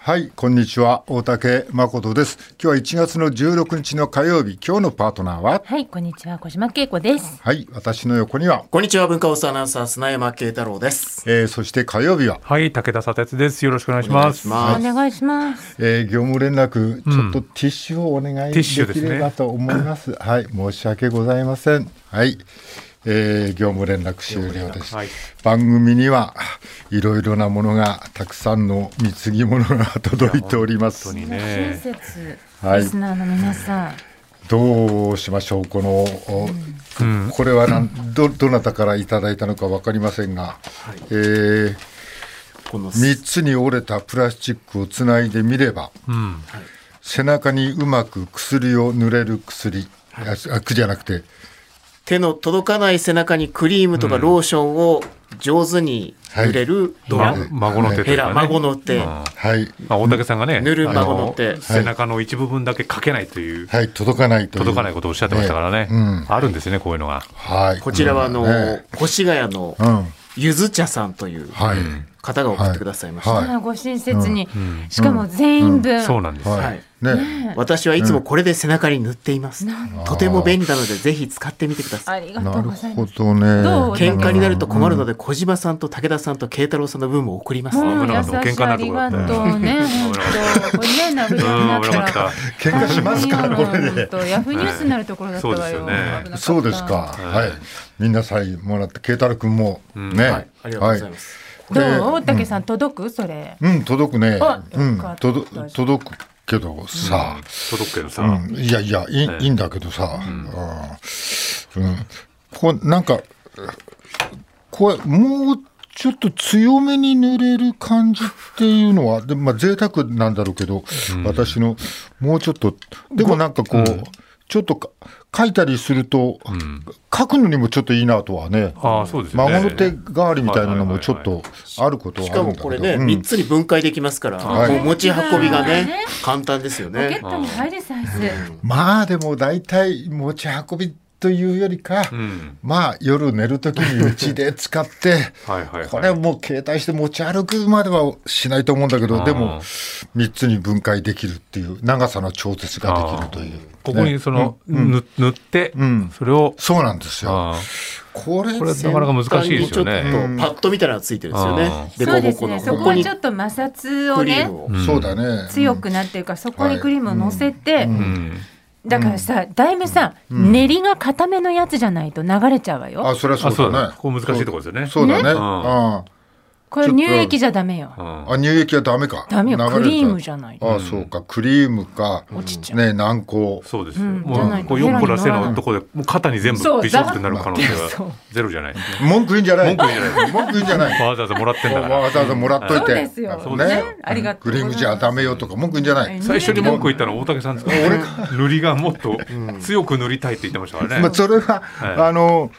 はいこんにちは大竹誠です今日は1月の16日の火曜日今日のパートナーははい、こんにちは、小島恵子です。はい私の横には、こんにちは、文化放送アナウンサー、砂山慶太郎です。えーそして火曜日は、はい、武田砂鉄です。よろしくお願いします。おお願いしま願いします。えー業務連絡ちょっとティッシュをお願いティでッシュきですねればと思い ます、はい申し訳ございませんはい、えー業務連絡終了です、はい番組にはいろいろなものがたくさんの貢ぎ物が届いております本当に親ね。切、はいリスナーの皆さん、どうしましょうこの、おうん。これはなんどどなたからいただいたのか分かりませんが、えー、す。この3つに折れたプラスチックをつないでみればうん。背中にうまく薬を塗れる薬、ああくじゃなくて手の届かない背中にクリームとかローションを上手に塗れるドまラ、孫の手といヘうかラ、ね。孫の手う。んはい、まあ、大竹さんがね、塗るあ孫の手はい背中の一部分だけかけないという、はい、届かないという届かないことをおっしゃってましたからね。うんあるんですね、こういうのが。はい、こちらは、あのうんね、越谷のうんゆず茶さんというはい、方が送ってくださいました。ははいあご親切に、んしかも全員分、そうなんです。はいはいねい私はいつもこれで背中に塗っています。とても便利なので、ぜひ使ってみてください。ありがとなうるございほます。どねどう喧嘩になると困るので、小島さんと武田さんと慶太郎さんの分も送ります。もう危な優かったしいありがとうね、本当、これね、殴り合いになうん、っ危たなからっ。た。喧嘩しますからこれでで。ヤフーニュースになるところだったわよ。はいそうですよね危なったそうですか、。はい、みんなさえもらって慶太郎君もね、はい、ありがとうございます。どう、で大竹さん、届く、それ。うん、届くねあ。うんよかっ、た届届くけど さ、届くけどさ、うん、いやいや、いいえいいんだけどさ、うん、うんこうなんかこれもうちょっと強めに塗れる感じっていうのは、でまあ贅沢なんだろうけど、私のもうちょっとでもなんかこう、ちょっとか書いたりすると、書くのにもちょっといいなとはね。ああ、そうですよ孫ね。の手代わりみたいなのもちょっとあることはしあるんだかもけど。これね、うん3つに分解できますから、はいもう持ち運びがねね、簡単ですよポケッね。トに入るサイズ。まあでも大体持ち運びというよりか、うん。まあ夜寝るときにうちで使って、 はいはいはい。これはもう携帯して持ち歩くまではしないと思うんだけど、でも3つに分解できるっていう、長さの調節ができるという。ここにねその、ぬ塗って、んそれを、そうなんですよ。ああこれ、これなかなか難しいですよね先端にちょっとパッと見たらついてるんですよね。でそうこでぼすこね。のそこここはにちょっと摩擦をクリねー。ムを。そうだね。強くなってるからそこにクリームを乗せて、うん。だからさだいぶさ、練りが固めのやつじゃないと流れちゃうわあ、よそれはそあ、そううだだねね。。ここ難しいところですよね。そうだね。んあこれ乳液じゃダメようんあ、乳液はダメか。ダメよ流れるかクリームじゃないあ、そうか。クリームか。落ちちゃう、ね、軟膏。そうですよ、うんもじゃないうとこうヘラ4に個ら背乗らないのとこでもう肩に全そう部ビションってなるざわ可能性そはうゼロじゃない文句言うんじゃない。文句言うんじゃない文句言うんじゃない。わざわざもらってんだ わからざわざもらっといて。そうですよそうねですよありがとうグリームじゃダメよとか文句言うんじゃない。最初に文句言ったのは大竹さんですから、ね、塗りがもっと強く塗りたいって言ってましたからね、まあそれは、あの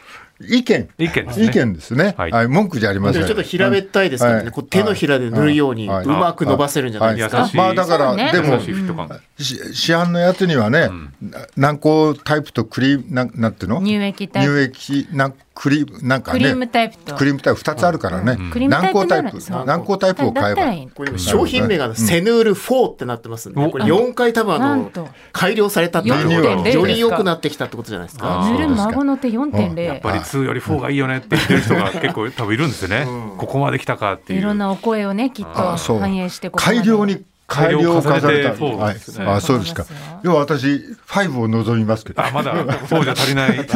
意見意見ですね意見ですね。は、はいい文句じゃありません。でちょっと平べったいですからねはいこう手のひらで塗るようにはいうまく伸ばせるんじゃないですかは優しいまあだから、そうねでも優しいフィット感、し市販のやつにはね、な軟膏タイプとクリームなんなんていうの？乳液タイプ乳液なんクリームなんかクね。リームタイプとクリームタイプ二つあるからね。クリームタイプ軟膏タなイらプそう軟膏タイプを買えだったらばいい。これ今商品名がセヌール4ってなってますんで、うんこれ4回多分あなんのと改良されたってリニューアこルとででより良くなってきたってことじゃないですか。塗るそうですか孫の手やっ4.0ぱり2より4がいいよねって言ってる人が結構多分いるんですよね、ここまで来たかっていういろんなお声をねきっとあそう反映してここまで改良に改良を重ねた。改良を重ねてはいそうです。ねあそうですか。要は私ファイブを望みますけど。あまだ4じゃ足りない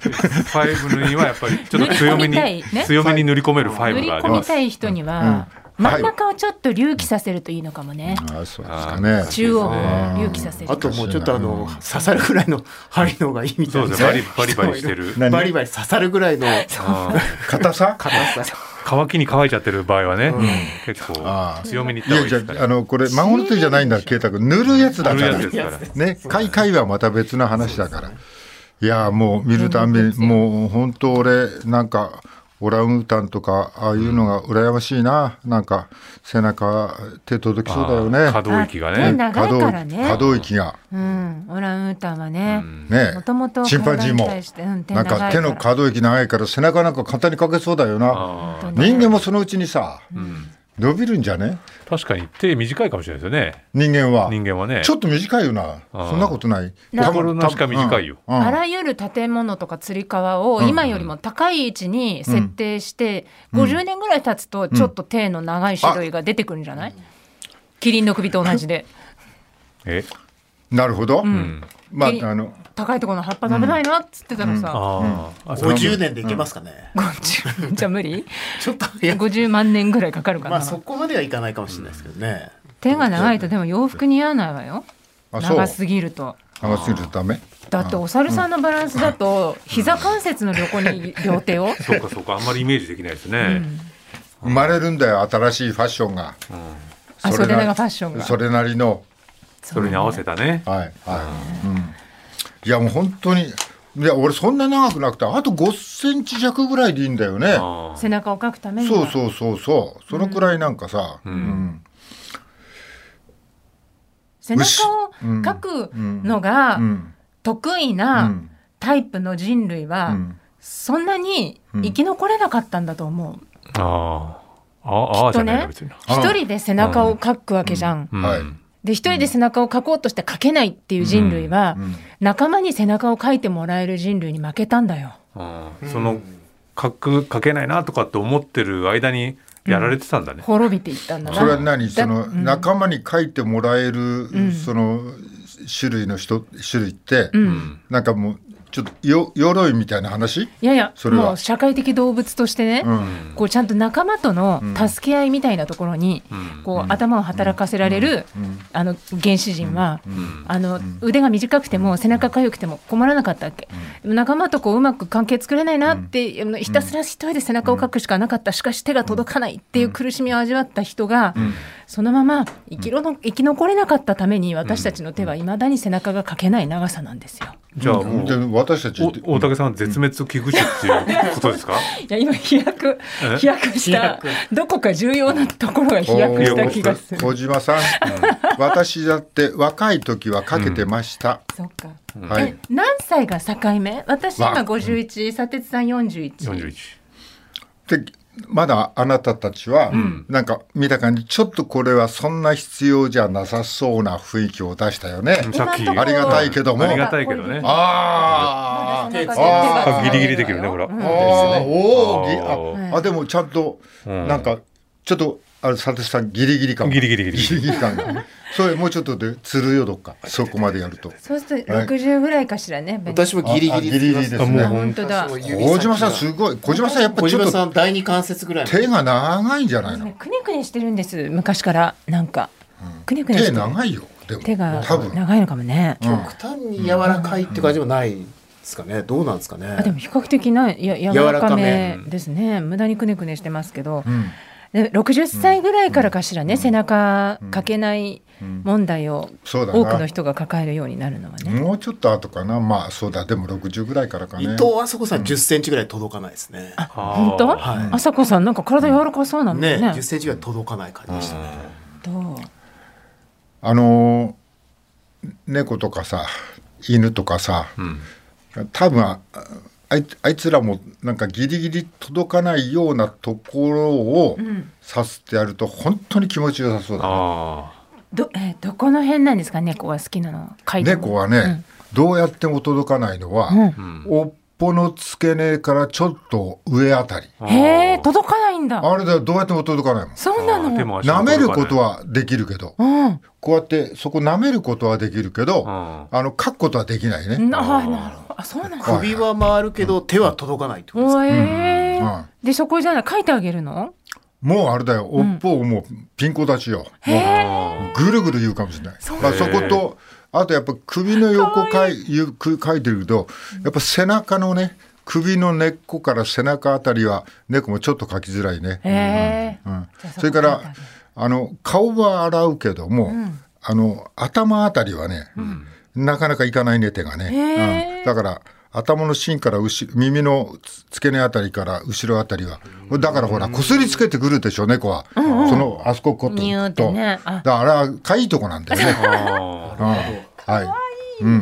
5塗りはやっぱりちょっと強塗り込めに、みたいね強めに塗り込める塗5りがあ込りまみすたい人には、うん真ん中をちょっと隆起させるといいのかもね、あそうですかね。中央を隆起させるあともうちょっとあの刺さるぐらいの針の方がいいみたそいうでな。すねバリバリバリしてる何バリバリ刺さるぐらいのあー硬さ？硬さ。乾きに乾いちゃってる場合はね、結あ構ー強めにいったい方がやいいじでゃすかああら。のこれ孫の手じゃないんだ圭太君塗るやつだか塗るらやつですから。ね買い替えはまた別の話だからいやもう見るたんびにもう本当俺なんかオランウータンとかああいうのが羨ましいななんか背中手届きそうだよね可動域があ手ね。長いからね可動可動域がうん、オランウータンはね、ねもともとチンパンジーも体に対してうん手なん長かい手らの可動域長いから背中なんか簡単にかけそうだよなあ本当人ね間もそのうちにさ伸びるんじゃね確かに手短いかもしれないですよね。人間は。人間はね。ちょっと短いよな。あーそんなことない。なたぶん心なしか短いよ。うんうんあらゆる建物とかつり革を今よりも高い位置に設定して、50年ぐらい経つとちょっと手の長い種類が出てくるんじゃない、キリンの首と同じでえ、なるほど。うん。まあ、切りあの、高いところの葉っぱ食べないなっつってたらさ、あーあ、それは50年でいけますかね、 50じゃ無理ちょっといや50万年ぐらいかかるかまな、あそこまではいかないかもしれないですけどね、手が長いとでも洋服似合わないわよあ、そう。長長すすぎると。ぎるとダメ。だってお猿さんのバランスだと膝関節の横に両手を、そうかそうかあんまりイメージできないですね。生まれるんだよ、新しいファッションが。あそれな袖長ファッションがそれなりの。それに合わせたね。はい。はい。うん。いや、もう本当に。いや、俺そんな長くなくて、あと5センチ弱ぐらいでいいんだよね。あー背中をかくためにそうはそうそうそう。そのくらいなんかさ。うん背中をかくのがうん。得意うなんタイプの人類はんそんなに生き残れなかったんだと思う。あーあきっああじとゃないなね別にな。あ一人で背中をかくわけじゃん。うんはいで一人で背中をかこうとしてかけないっていう人類はんうん仲間に背中をかいてもらえる人類に負けたんだよ。あーその書く書けないなとかって思ってる間にやられてたんだね。滅びていったんだな。それは何だそのうん仲間に書いてもらえんるその種類の人種類ってうん。なんかもうちょっとよ鎧みたいな話いやいやそれはもう社会的動物としてね、うんこうちゃんと仲間との助け合いみたいなところに、うんこう頭を働かせられる、あの原始人は、あの腕が短くても背中かゆくても困らなかったわけ、でも仲間とこううまく関係作れないなって、あのひたすら一人で背中をかくしかなかったしかし手が届かないっていう苦しみを味わった人が、そのまま生きろの生き残れなかったために私たちの手はいまだに背中がかけない長さなんですよ。じゃあもでう。私たちってお大竹さんは絶滅危惧種っていうことですかいや今飛躍え飛躍したどこか重要なところが飛躍した気がする。小島さん私だって若い時はかけてましたそうか。はえい何歳が境目？私わ今五十一、佐哲さん四十一。 41でまだあなたたちはなんか見た感じちょっとこれはそんな必要じゃなさそうな雰囲気を出したよねさっき今のところありがたいけどもありがたいけどねああ手があーギリギリできるねほら、うんあーおーぎあーああでもちゃんと、んなんかちょっとあれ佐藤さんギリギリ感がギリギリギリギリ感がそれもうちょっとで釣るよどっかそこまでやるとそうすると六十ぐらいかしらね。ベン私もギリギリああギリギリですねあ本当だ。小島さんすごい小島さんやっぱ小ちょ島っとさん第二関節ぐらいまで手が長いんじゃないのくねくねしてるんです昔からなんかくねくねして手る長いよでも手が多分長いのかもね。極端に柔らかいって感じもないですかねどうなんですかねあでも比較的ないや柔らかめですね。無駄にくねくねしてますけど。うんで60歳ぐらいからかしらね、背中かけない問題をそうだな多くの人が抱えるようになるのはね。もうちょっと後かなまあそうだでも60ぐらいからか伊ね藤あそこさん10センチぐらい届かないですね、本当、あはい朝子さんなんか体柔らかそうなんだねよね。 10センチぐらい届かない感じでしたねどうあのー猫とかさ犬とかさ、多分ああいあいつらもなんかギリギリ届かないようなところをさすってやると本当に気持ちよさそうーだ、あどえーどこの辺なんですか猫が好きなの階段猫はね、どうやっても届かないのは、おっぽの付け根からちょっと上あたりーへえ届かないんだあれだよどうやっても届かないもんそうなのあー手も足も舐めることははできるけどうんこうやってそこ舐めることはできるけど、んあの書くことはできないね、なあーなるほどあそうなんだはい首は回るけど手は届かないってことですおえーうんうんでそこじゃない書いてあげるのもうあれだよおっぽをもうピンコ立ちよ、へえぐるぐる言うかもしれない。そ,、まあ、そこと、あとやっぱ首の横かいゆく書いてるけど、やっぱ背中のね、首の根っこから背中あたりは猫もちょっと書きづらいね。へえうんじゃあそこそれから、あの、顔は洗うけども、あの、頭あたりはね、なかなかいかないね、手がね。へーうんだから、頭の芯から後ろ耳の付け根あたりから後ろあたりはだからほらこすりつけてくるでしょ猫は、そのあそこことニューってねあだからあれはかいいとこなんだよ ねあーは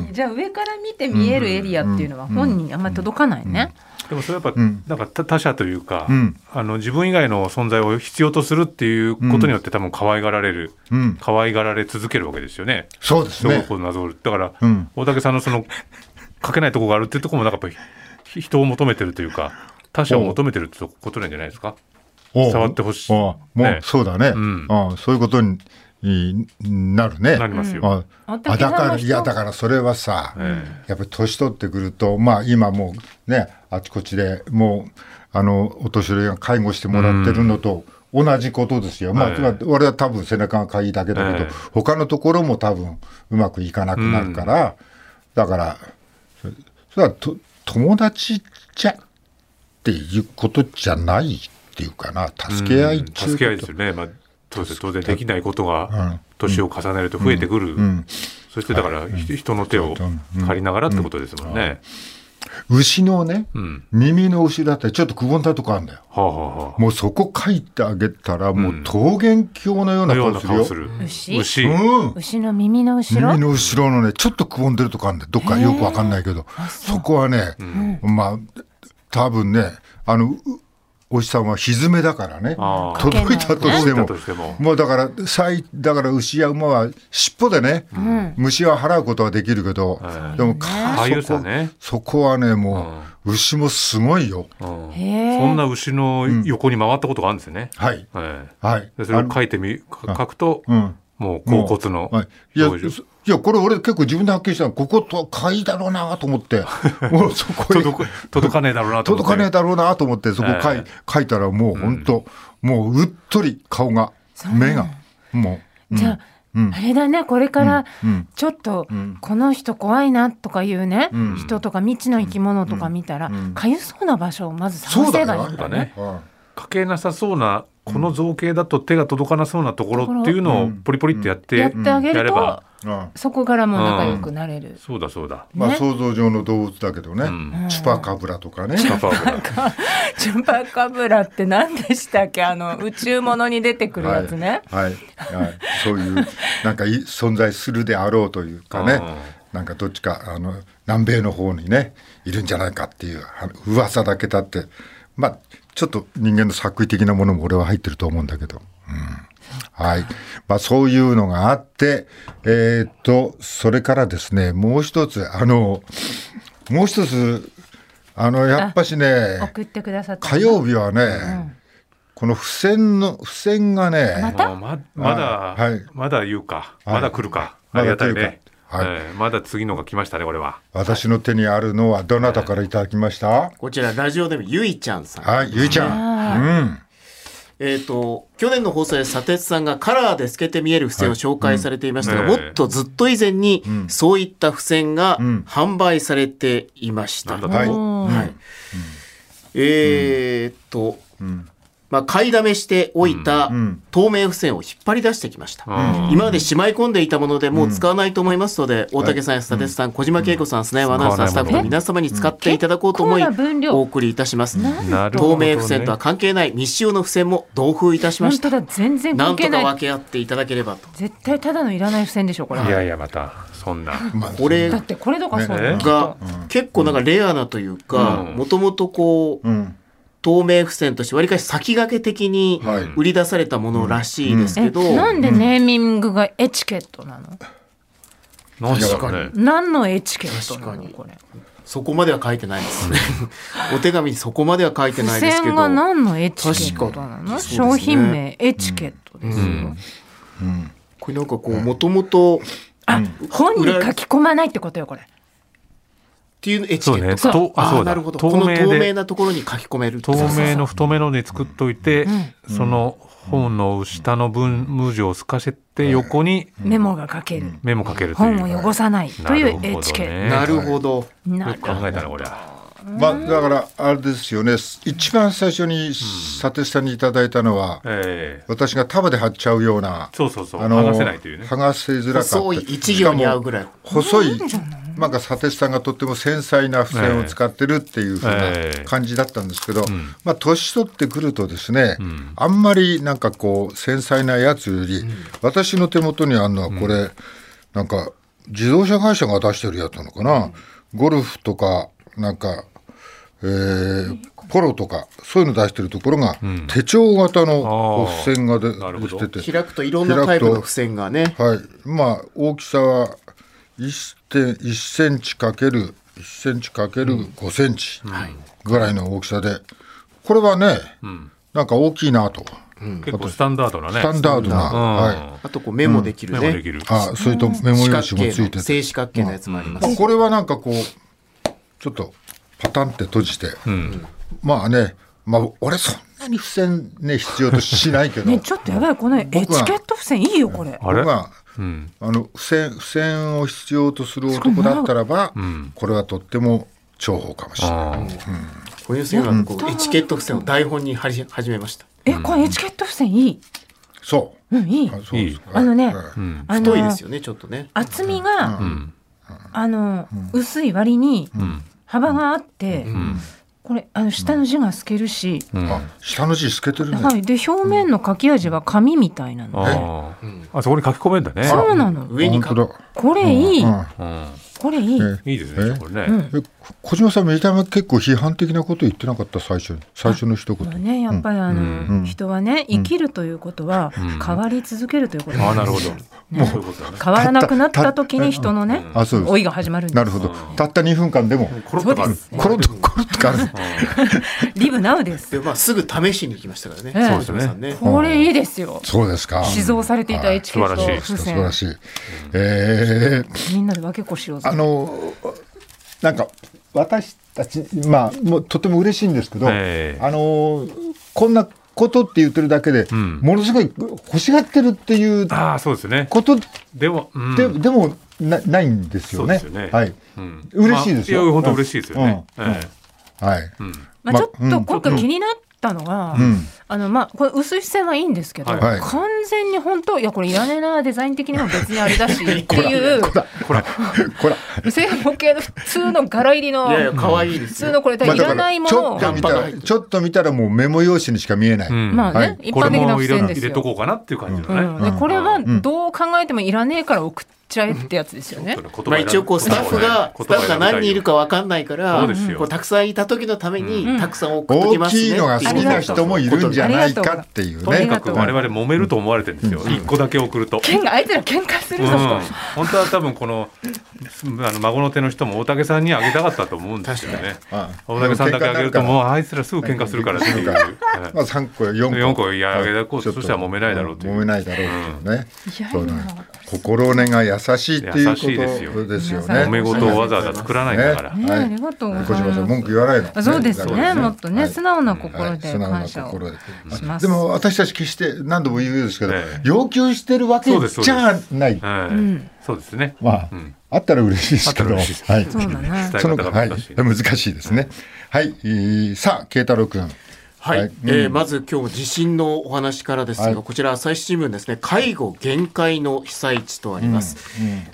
い。じゃあ上から見て見えるエリアっていうのは本人にあんまり届かないね、でもそれはやっぱ、うんなんか他他者というか、うんあの自分以外の存在を必要とするっていうことによって多分可愛がられる、うん可愛がられ続けるわけですよね。そうです小ね学。校の謎をだから、うん大竹さんのその書けないとこがあるっていうところもなんかやっぱり人を求めてるというか他者を求めてるってことなんじゃないですか。おう触ってほしいああもねうそうだね、うんああそういうことにいなるね。なりますよ。ああ大竹ださんのから人いやだからそれはさ、えやっぱり年取ってくるとまあ今もうねあちこちでもうあのお年寄りが介護してもらってるのと同じことですよ、まあええつまり俺は多分背中がかいいだけだけど、ええ他のところも多分うまくいかなくなるから、だからそそれはと友達じゃっていうことじゃないっていうかな助け合いっうんていうこと助け合いですよね。まあ当然当然できないことうんが年を重ねると増えてくる。うんそしてだからひ人の手を借りながらってことですもんね。牛のね、うん。耳の牛だってちょっとくぼんだとこあるんだよはあはあはあ。もうそこ書いてあげたら、もううん桃源郷のようなよう顔なする顔よ。する。牛牛。うん。牛の耳の後ろ耳の後ろのね、ちょっとくぼんでるとこあるんで、どっかよくわかんないけど、そこはね、まあ、多分ね、あの、うおじさんはひずめだからねあ、ー届いたとしてだもと、しても。もうだから、さいだから牛や馬は尻尾でね、虫は払うことはできるけど、はいでもか、あゆそさこ、ね。そこはね、もう、牛もすごいよ。うんへえそんな牛の横に回ったことがあるんですよね。はい。ええはい。でそれあのを書いてみか書くと、うん。もう甲骨のはい、いや表情。そいやこれ俺結構自分で発見したのこことかいだろうなと思って もうそこへ届く届かねえだろうなと思って。届かねえだろうなと思ってそこ書い,、ええ書いたらもう本当、もううっとり顔がそう目がもう、うんじゃあ、うんあれだねこれからうんちょっと、んこの人怖いなとかいうね、ん人とか未知の生き物とか見たら、かゆそうな場所をまず探そうだせばいいよんだだねね。うんかけなさそうなこの造形だと手が届かなそうなところっていうのをポリポリってやってやってあげやるれと、ばうんそこからもう仲良くなれる。そうだそうだ。まあね想像上の動物だけどね、んチュパカブラとかねパパはチュンパカブラって何でしたっけあの宇宙物に出てくるやつね。はい、はい、そういうなんかい存在するであろうというかねなんかどっちかあの南米の方にねいるんじゃないかっていうあの噂だけ立ってまあちょっと人間の作為的なものも俺は入ってると思うんだけど、うんはいまあ、そういうのがあってえーっとそれからですねもう一つあのもう一つあのやっぱしね送ってくださった。火曜日はね、この付箋の付箋がね、あーままだ、はいまだ言うか、はいまだ来るか、まありだが来たるいかね。はいえーまだ次のが来ましたね、これは。私の手にあるのはどなたからいただきました、こちらラジオでもゆいちゃんさん。はい、ゆいちゃん。うん。えっ、と、去年の放送で砂鉄さんがカラーで透けて見える付箋を紹介されていましたが、はいうんもっとずっと以前に、そういった付箋がん販売されていました。なんだはとい思う。うんはい。えっ、と、まあ、買いだめしておいたん透明付箋を引っ張り出してきました。うん今までしまい込んでいたものでもう使わないと思いますので、大竹さんや砂鉄さん、小島慶子さん、スナイワアナウンサースタッフの皆様に使っていただこうと思い結構な分、量お送りいたします。なるほ透どね明付箋とは関係ない日使用の付箋も同封いたしま本した当。だ全然な関んと係かない。分け合っていただければと。絶対ただのいらない付箋でしょこれ。いやいや、また、そんな。まあ、これだってこれとかそうだよねきっがと結構なんかレアなというか、うんもともとこう、うん。透明付箋としてわりかし先駆け的にはい売り出されたものらしいですえけど、なんでネーミングがエチケットなの？何ですかね。何のエチケットな確かのにこれ？そこまでは書いてないです。お手紙にそこまでは書いて付ないですけ箋ど。が何のエチケットな確の、かにそうですね商品名エチケットですよ、んこれなんかこう、もともと、あ、本に書き込まないってことよこれっていうエチケそうッね。トか。とあ、あそあ、うだ。なるほど。この透明なところに書き込めるって透ことですね明の太めので作っといて、その本の下の文文字を透かせて横にメモが書ける、メモかけるとい本う、を汚さないというエチケッねなるほど。トなよるくほど考えたなこりゃまあ、だから、あれですよね。一番最初に、サテスさんにいただいたのは、ええ私が束で貼っちゃうような、そうそうそう、あの剥がせないというね剥がせづらかった。細い一行に合うぐらい。細い、なんか砂鉄さんがとっても繊細な付箋を使ってるっていうふうえなえ感じだったんですけど、まあ年取ってくるとですね、あんまりなんかこう繊細なやつより、私の手元にあるのはこれ、なんか自動車会社が出してるやつなのかな、ゴルフとかなんかえーポロとかそういうの出してるところが、手帳型のあー付箋がでなるほどしてて開くといろんなタイプの付箋がね。はい、まあ大きさは1点1センチかける1センチかける5センチぐらいの大きさで、これはね、なんか大きいなと、結構スタンダードなねスタンダードな、うんはい、あとこうメモできるメモできね。るあそれとメモ四用角紙もつい形ての、て、正四角形のやつもあります。これはなんかこうちょっとパタンって閉じて、まあね、まあ俺そんなに付箋ね必要としない けど、ね、ちょっとやばい、このエチケ僕はット付箋いいよ、これ。あれ僕はうんあの付箋付箋を必要とする男だったらば、これはとっても重宝かもしれない。あーこういうせいなこうエチケット付箋を台本に貼り始めました。え、このエチケット付箋いい。そう。うん、いい。あそういでいすあのねはいあの太いですよね、ちょっとね。厚みが、あの薄い割に幅があって、これあの下の字が透けるし、あ下の字透けてるね。はい、で表面の書き味は紙みたいなの、あーあそこに書き込めんだねそうなの上に本書当く。だ。これいい、うんこれいい、えいいですねえこれねえ小島さん見た目結構批判的なこと言ってなかった最初に最初の一まあ言。ね、やっぱりあの、ん人はね生きるということは変わり続けるということああなんでなるすほどそういうことだね変わらなくなった時に人のねあそうです老いが始まるんなでるすほど。たった2分間でもコロッとそう変でわすコロッとコロッと変わる。リブナウですで、まあ、すぐ試しに行きましたからね。ええ小島さんね。これいいですよ そうですか。寄贈されていたエチケット素晴らしい付素箋晴らしい。えーみんなで分けっこしようぜあのなんか私たちまあもうとても嬉しいんですけど、ええあのこんなことって言ってるだけで、んものすごい欲しがってるっていうああそうですねことで,、でもうんでもなないんですよね。そうですよねはい、うん嬉しいですよまあいや本当嬉しいですよねうんええはい、まあ、ちょっまうとん今回気になったのが、んあのまあ、これ薄い付箋はいいんですけど、はい完全に本当いやこれいらねえなデザイン的にも別にあれだしっていう こ らこら正方形の普通の柄入りのいやいや、可愛いで普す通よ。のこれいまあだらかないらもちのょをっと見葉っぱがたら入ってるちょっと見たらもうメモ用紙にしか見えない。うんまあね、はい一これ般的なも付入れ箋入ですれよとこうかなっていう感じだうんねでこれはどう考えてもいらねえから送っちゃえってやつですよね、まあ、一応こうスタッフが、スタッフが何人いるかわかんないからそうですよこうたくさんいた時のために、たくさん送っとき大ますねきいのが好きな人もいるんじゃないかっていうとにね。かく我々揉めると思われてるんですよ一個だけ送ると喧嘩あいつら喧嘩すうるんぞと、本当は多分このあの孫の手の人も大竹さんにあげたかったと思うんですよねかに大竹さんだけあげると喧嘩になるからもうあいつらすぐ喧嘩するからっていう喧嘩するはいまあ三個四個四個いやはい上げたこうちょっとそしたら揉めないだろうというん揉めないだろうというね。やいやそうなんです心根が優しいっていう優しいですよことですよね。はい揉め事をわざわざ作らないんだからねねはいありがとうござい小島さん文ま句言わないの。すそうですだねからもっとね、はい素直なは心いで素直な感謝を、心でしますでも私たち決して何度も言うようですけどええ要求してるわけそうですそうですじゃないはいそうですねまあうんあったら嬉しいですけどあったら嬉しいですはいそうだな伝えその方がはい難しいね難しいですねはいえーさあ慶太郎君はい、はいえーまず今日地震のお話からですが、はいこちら朝日新聞ですね介護限界の被災地とあります、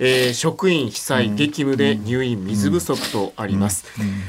えー職員被災激務で入院水不足とあります、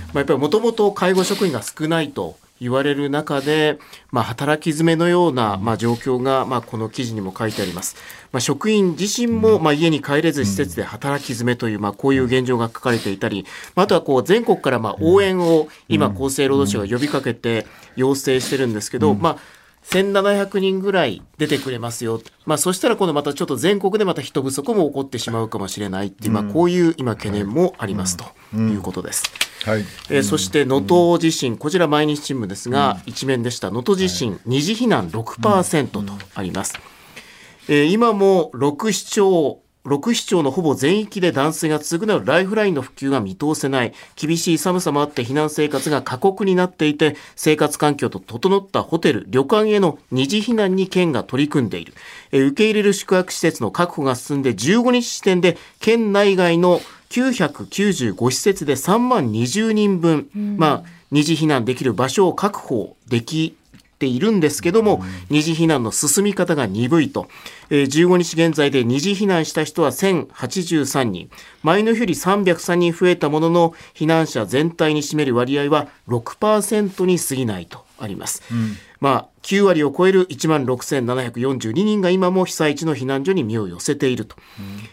まあ、やっぱりもともと介護職員が少ないと言われる中で、まあ、働き詰めのような、まあ、状況が、まあ、この記事にも書いてあります、まあ、職員自身も、まあ、家に帰れず施設で働き詰めという、まあ、こういう現状が書かれていたり、まあ、あとはこう全国から、まあ、応援を今厚生労働省が呼びかけて要請してるんですけど、まあ1700人ぐらい出てくれますよ、まあ、そしたら今度またちょっと全国でまた人不足も起こってしまうかもしれないっていう、まあ、こういう今懸念もありますということです。はいえーそして能登地震、こちら毎日新聞ですが、一面でした能登地震、二次避難6%とあります。えー今も6市町6市町のほぼ全域で断水が続くなどライフラインの普及が見通せない厳しい寒さもあって避難生活が過酷になっていて生活環境と整ったホテル旅館への二次避難に県が取り組んでいる、えー受け入れる宿泊施設の確保が進んで15日時点で県内外の995施設で3万20人分、まあ、二次避難できる場所を確保できっているんですけども、二次避難の進み方が鈍いと、えー15日現在で二次避難した人は1083人前の日より303人増えたものの避難者全体に占める割合は6%に過ぎないと。あります、まあ9割を超える1万6742人が今も被災地の避難所に身を寄せていると、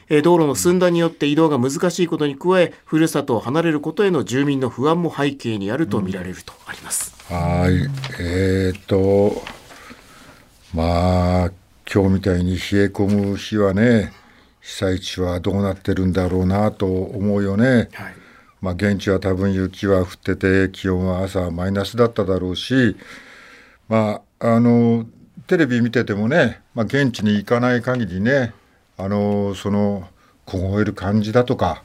えー道路の寸断によって移動が難しいことに加えふるさとを離れることへの住民の不安も背景にあると見られるとあります、はい、えーと、まあ、今日みたいに冷え込む日はね、被災地はどうなってるんだろうなと思うよね。はいまあ、現地は多分雪は降ってて、気温は朝マイナスだっただろうし、まあ、あの、テレビ見ててもね、まあ、現地に行かない限りね、あの、その、凍える感じだとか、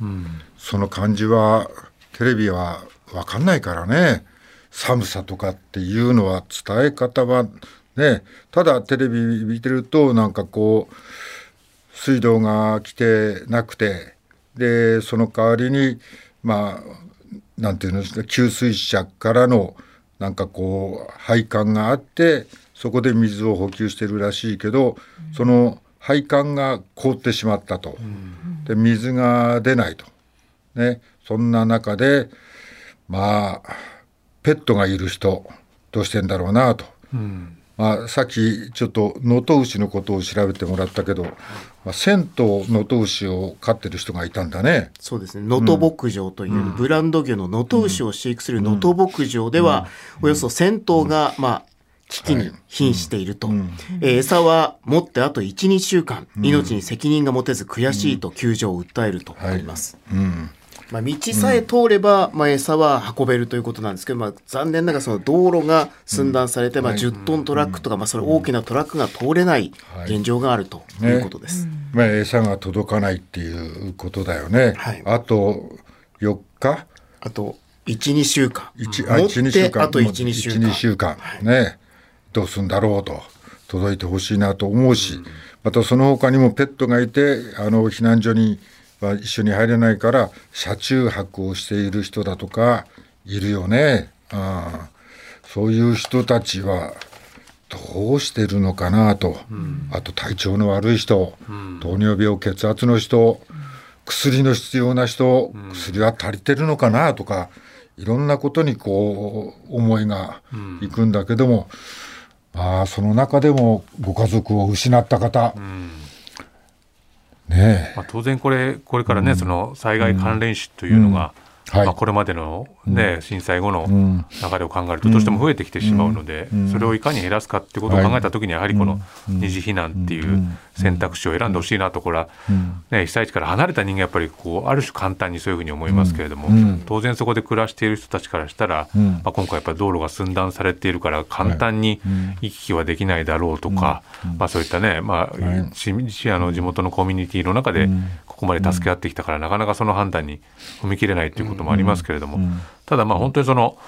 その感じは、テレビは分かんないからね、寒さとかっていうのは伝え方は、ね、ただテレビ見てると、なんかこう、水道が来てなくてでその代わりにまあなんていうんですか給水車からのなんかこう配管があってそこで水を補給してるらしいけど、その配管が凍ってしまったと、で水が出ないと、ね、そんな中でまあペットがいる人どうしてんだろうなと。まあ、さっきちょっと能登牛のことを調べてもらったけど、まあ、銭湯能登牛を飼ってる人がいたんだね。そうですね能登牧場というブランド牛の能登牛を飼育する能登牧場ではおよそ1000頭がまあ危機に瀕していると、えー餌は持ってあと12週間命に責任が持てず悔しいと窮状を訴えるとあります、うん、まあ、道さえ通れば、まあ、餌は運べるということなんですけど、まあ、残念ながらその道路が寸断されて、まあ、10トントラックとか、まあ、それ大きなトラックが通れない現状があるということです。まあ、餌が届かないっていうことだよね。はいあと4日あと1、2週間。一あ持12ってあと1、2週間1-2。週間ね、どうすんだろうと、届いてほしいなと思うし、またその他にもペットがいて、あの避難所には一緒に入れないから、車中泊をしている人だとか、いるよね。あそういう人たちは、どうしてるのかなと、あと体調の悪い人、糖尿病、血圧の人、薬の必要な人、薬は足りてるのかなとか、いろんなことにこう思いがいくんだけども、まあその中でもご家族を失った方、ねまあ、当然これこれからね、その災害関連死というのが、うんはいまあ、これまでの、ね震災後のん流れを考えるとどうしても増えてきてしまうので、それをいかに減らすかってことを考えた時にはやはりこの二次避難っていう選択肢を選んでほしいなとこれは、ね、被災地から離れた人間やっぱりこうある種簡単にそういうふうに思いますけれども、当然そこで暮らしている人たちからしたら、まあ、今回やっぱり道路が寸断されているから簡単に行き来はできないだろうとか、まあ、そういったね、まあししあの地元のコミュニティの中でここまで助け合ってきたから、なかなかその判断に踏み切れないということもありますけれども、ただまあ本当にその、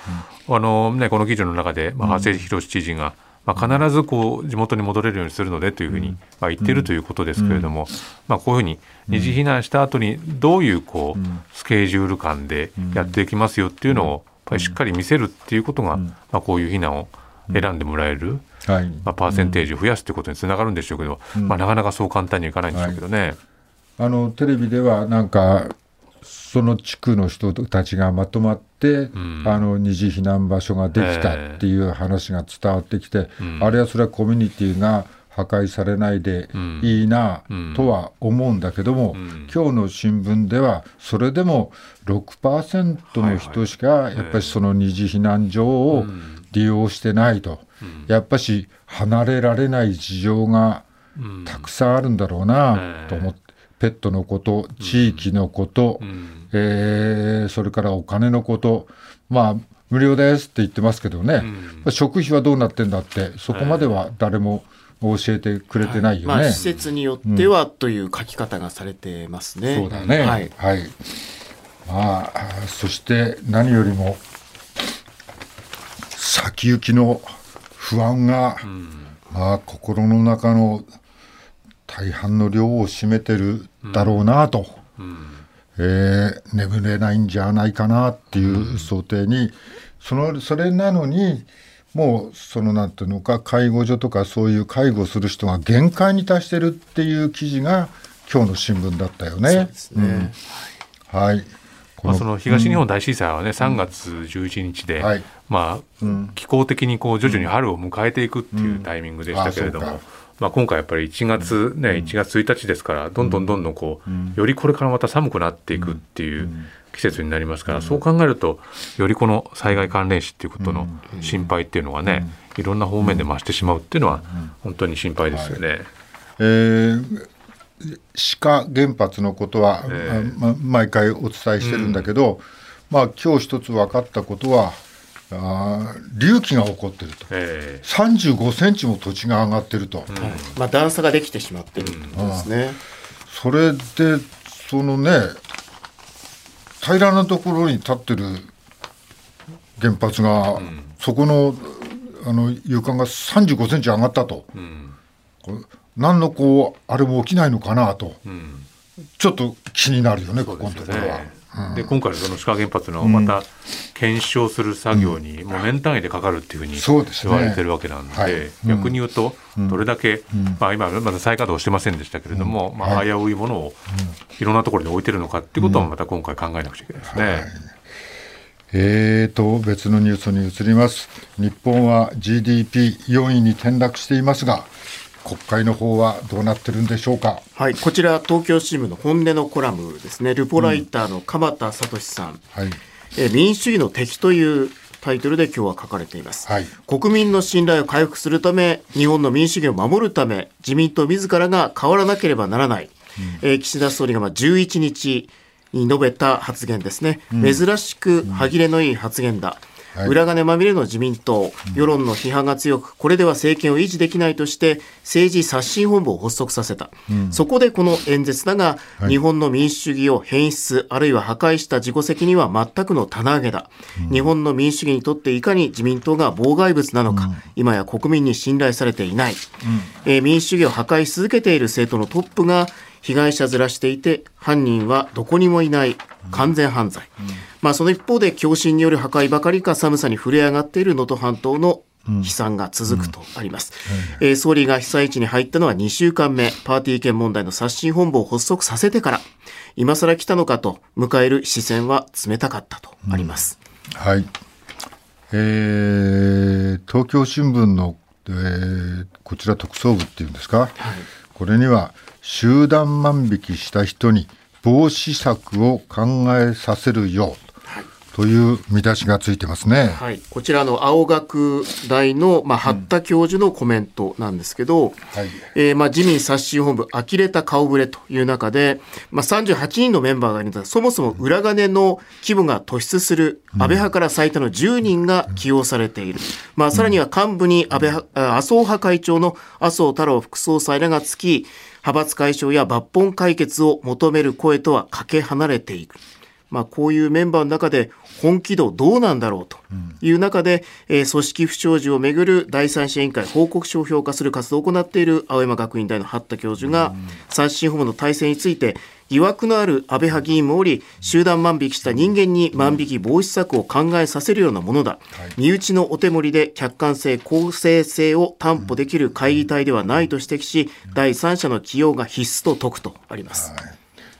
あのね、この記事の中で、まあ、長谷博知事が、まあ、必ずこう地元に戻れるようにするのでというふうに、まあ、言っているということですけれども、まあ、こういうふうに二次避難した後にどういうこうスケジュール感でやっていきますよっていうのをやっぱりしっかり見せるっていうことが、まあ、こういう避難を選んでもらえる、はい、まあ、パーセンテージを増やすということにつながるんでしょうけど、まあ、なかなかそう簡単にはいかないんでしょうけどね。あのテレビではなんかその地区の人たちがまとまって、あの二次避難場所ができたっていう話が伝わってきて、あれはそれはコミュニティが破壊されないでいいなとは思うんだけども、今日の新聞ではそれでも6%の人しかやっぱりその二次避難所を利用してないと、やっぱし離れられない事情がたくさんあるんだろうなと思って、ペットのこと、地域のこと、えーそれからお金のこと、まあ、無料ですって言ってますけどね、まあ食費はどうなってんだって、そこまでは誰も教えてくれてないよまね。あ、施設によってはという書き方がされてますね。そうだね。ははいい。。まあ、そして何よりも、先行きの不安が、まあ、心の中の大半の量を占めてるだろうなと、えー眠れないんじゃないかなっていう想定に、そのそれなのに、もうそのなんていうのか介護所とかそういう介護する人が限界に達してるっていう記事が今日の新聞だったよね。そうですね。はい。こまのあ、その東日本大震災はね、3月11日で、はいまあ、気候的にこう徐々に春を迎えていくっていうタイミングでしたけれども、うんあそうかまあ、今回やっぱり1月、ね、1月1日ですから、どんどんどんどんこう、よりこれからまた寒くなっていくっていう季節になりますから、そう考えると、よりこの災害関連死っていうことの心配っていうのがね、いろんな方面で増してしまうっていうのは、本当に心配ですよね。えー志賀原発のことは、あま毎回お伝えしてるんだけど、まあ今日一つ分かったことはあー隆起が起こってるとええ35センチも土地が上がってると、まあ、段差ができてしまってるってことですね。それでそのね平らなところに立ってる原発が、そこのあの床が35センチ上がったと、これ何のこうあれも起きないのかなと、ちょっと気になるよねここのところは。ねで今回のその志賀原発のまた検証する作業にもう年単位でかかるっていうふうにそうですね言われてるわけなんではいうん逆に言うとどれだけ、まあ、今まだ再稼働してませんでしたけれども、まあ、危ういものをいろんなところに置いてるのかっていうこともまた今回考えなくちゃいけないですね。えーと別のニュースに移ります日本は GDP4 位に転落していますが国会の方はどうなってるんでしょうか。はい、こちら東京新聞の本音のコラムですね。ルポライターの鎌田聡さん。はいえー民主主義の敵というタイトルで今日は書かれています、はい国民の信頼を回復するため日本の民主主義を守るため自民党自らが変わらなければならない、えー岸田総理がまあ11日に述べた発言ですね、珍しく歯切れのいい発言だ、はい裏金まみれの自民党、世論の批判が強く、これでは政権を維持できないとして、政治刷新本部を発足させた、そこでこの演説だが、日本の民主主義を変質、あるいは破壊した自己責任は全くの棚上げだ、日本の民主主義にとっていかに自民党が妨害物なのか、今や国民に信頼されていない、えー民主主義を破壊し続けている政党のトップが、被害者ずらしていて犯人はどこにもいない完全犯罪、まあ、その一方で強震による破壊ばかりか寒さに震え上がっている能登半島の悲惨が続くとあります、えー総理が被災地に入ったのは2週間目パーティー券問題の刷新本部を発足させてから今更来たのかと迎える視線は冷たかったとあります、はい。えー東京新聞の、えーこちら特捜部っていうんですか、これには集団万引きした人に防止策を考えさせるようという見出しがついてますね。はい、こちらの青学大の、まあ、八田教授のコメントなんですけど、はいえーまあ、自民刷新本部、呆れた顔ぶれという中で、まあ、38人のメンバーがいるんですがそもそも裏金の規模が突出する安倍派から最多の10人が起用されている、まあ、さらには幹部に安倍派あ麻生派会長の麻生太郎副総裁らがつき、派閥解消や抜本解決を求める声とはかけ離れていく。まあ、こういうメンバーの中で本気度どうなんだろうという中で、えー組織不祥事をめぐる第三者委員会報告書を評価する活動を行っている青山学院大の八田教授が刷新法の体制について疑惑のある安倍派議員もおり集団万引きした人間に万引き防止策を考えさせるようなものだ身内のお手盛りで客観性公正性を担保できる会議体ではないと指摘し第三者の起用が必須と説くとあります。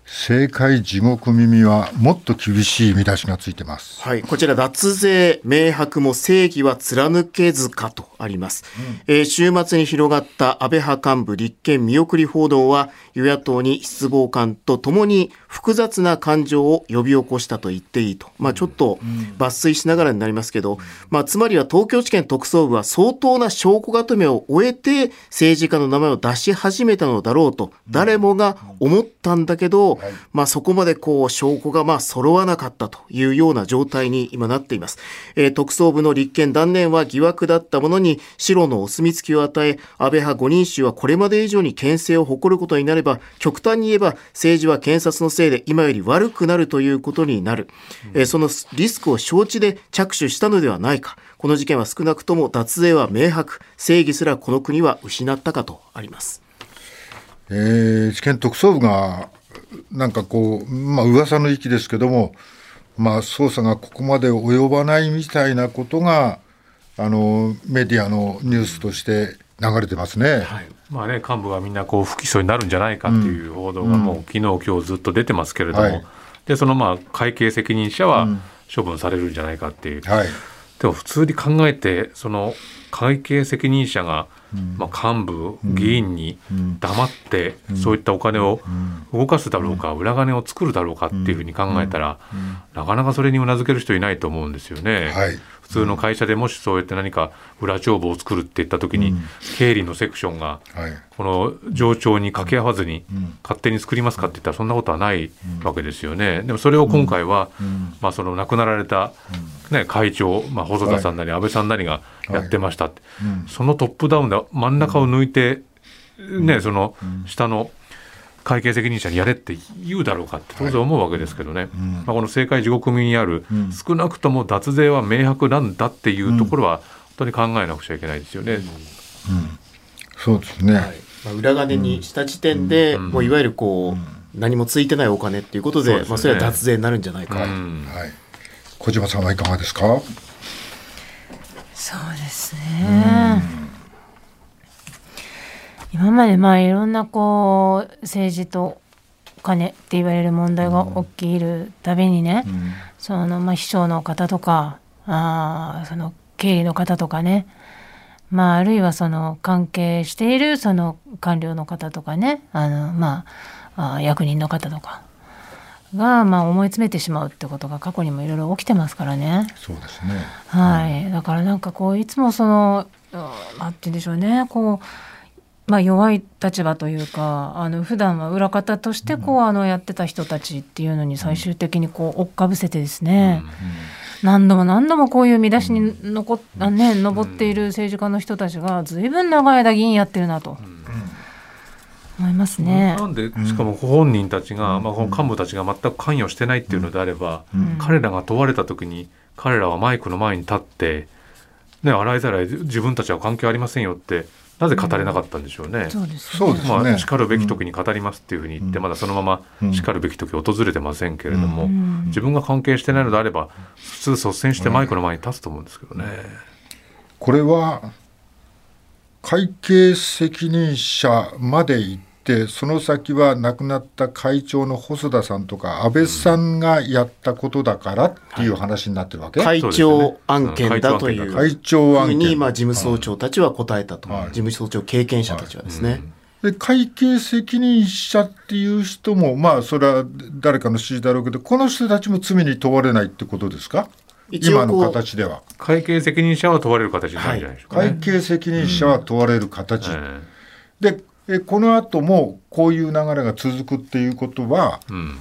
政界地獄耳はもっと厳しい見出しがついてます。はい、こちら脱税明白も正義は貫けずかとあります、えー週末に広がった安倍派幹部立憲見送り報道は与野党に失望感とともに複雑な感情を呼び起こしたと言っていいと、まあ、ちょっと抜粋しながらになりますけど、まあ、つまりは東京地検特捜部は相当な証拠固めを終えて政治家の名前を出し始めたのだろうと誰もが思ったんだけど、まあ、そこまでこう証拠がまあ揃わなかったというような状態に今なっています、えー特捜部の立件断念は疑惑だったものに白のお墨付きを与え安倍派5人衆はこれまで以上に牽制を誇ることになれば極端に言えば政治は検察のせいで今より悪くなるということになる、えーそのリスクを承知で着手したのではないかこの事件は少なくとも脱税は明白正義すらこの国は失ったかとありますえー、地検特捜部がなんかこう、まあ噂の域ですけども、まあ、捜査がここまで及ばないみたいなことがあのメディアのニュースとして流れてますね。まあね、幹部がみんなこう不起訴になるんじゃないかっていう報道がもう昨日今日ずっと出てますけれども、はいでそのまあ会計責任者は処分されるんじゃないかっていう、はい。でも普通に考えてその会計責任者が、まあ、幹部議員に黙ってそういったお金を動かすだろうか、裏金を作るだろうかっていうふうに考えたら、なかなかそれにうなずける人いないと思うんですよね。はい普通の会社でもしそうやって何か裏帳簿を作るっていった時に、経理のセクションがはい。この上長に掛け合わずに勝手に作りますかって言ったらそんなことはないわけですよね。でもそれを今回は、まあその亡くなられた、ね、会長、まあ、細田さんなり安倍さんなりがやってましたって、そのトップダウンで真ん中を抜いて、ね、その下の会計責任者にやれって言うだろうかって当然思うわけですけどね、まあ、この政界地獄組にある少なくとも脱税は明白なんだっていうところは本当に考えなくちゃいけないですよね。そうですね。はいまあ、裏金にした時点で、んもういわゆるこう、何もついてないお金っていうことでそうですよねまあ、それは脱税になるんじゃないか、うんはい。小島さんはいかがですか。そうですね。今までまあいろんなこう政治とお金って言われる問題が起きるたびにね、そのまあ秘書の方とかあーその経理の方とかねまああるいはその関係しているその官僚の方とかねあのまああー役人の方とかがまあ思い詰めてしまうってことが過去にもいろいろ起きてますからね。そうですね。はい、だからなんかこういつもそのうんなんて言うんでしょうねこう、まあ、弱い立場というかあの普段は裏方としてこう、あのやってた人たちっていうのに最終的にこう追っかぶせてですね、何度も何度もこういう見出しに残っ、あね、上っている政治家の人たちが随分長い間議員やってるなと、思いますね。なんでしかもご本人たちが、まあ、この幹部たちが全く関与してないっていうのであれば、彼らが問われた時に彼らはマイクの前に立って、ね、洗いざらい自分たちは関係ありませんよってなぜ語れなかったんでしょうね。そうですそうですまあ、ね。しかるべき時に語りますっていうふうに言って、まだそのまましかるべき時訪れてませんけれども、自分が関係してないのであれば普通率先してマイクの前に立つと思うんですけどね。これは会計責任者まで行ってその先は亡くなった会長の細田さんとか安倍さんがやったことだからっていう話になってるわけ、会長案件だとそうですよいうねうん会長案ふうに、件まあ、事務総長たちは答えたと、はい事務総長経験者たちはですね、で会計責任者っていう人もまあそれは誰かの指示だろうけどこの人たちも罪に問われないってことですか一応今こうの形では会計責任者は問われる形になるんじゃないでしょうかね。会計責任者は問われる形、えでえこの後もこういう流れが続くっていうことはえうん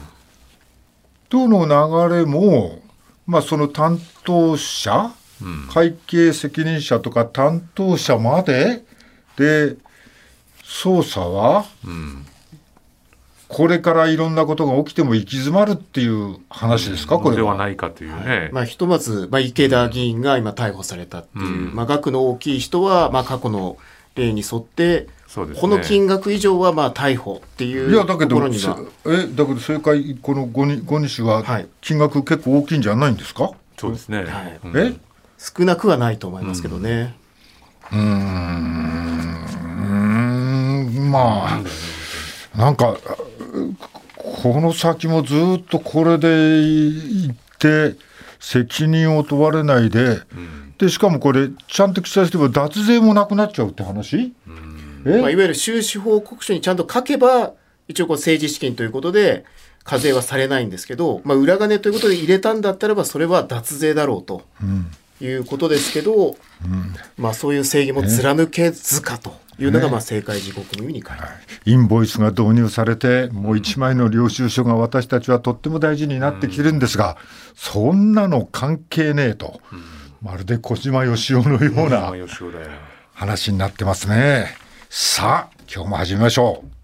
との流れも、まあ、その担当者、会計責任者とか担当者までで捜査は、これからいろんなことが起きても行き詰まるっていう話ですか、これではは。ないかというね。まあ、ひとまず、まあ、池田議員が今逮捕されたっていう、まあ、額の大きい人は、まあ、過去の例に沿って、そうですねこの金額以上はまあ逮捕っていういやだけところど、にせはえだけど正解、この5人 ,5 日ははい金額結構大きいんじゃないんですか、そうですね。はいうんえ少なくはないと思いますけどね。うーんまあなんかこの先もずっとこれでいって責任を問われないで、でしかもこれちゃんと記載すれば脱税もなくなっちゃうって話、え、まあ、いわゆる収支報告書にちゃんと書けば、一応こう政治資金ということで、課税はされないんですけど、まあ、裏金ということで入れたんだったらば、それは脱税だろうということですけど、まあ、そういう正義も貫けずかというのが、まあ、政界時刻の意味に書いてある。インボイスが導入されてもう1枚の領収書が私たちはとっても大事になってきてるんですが、そんなの関係ねえと、まるで小島よしおのようなまあ吉尾だよ話になってますね。さあ今日も始めましょう。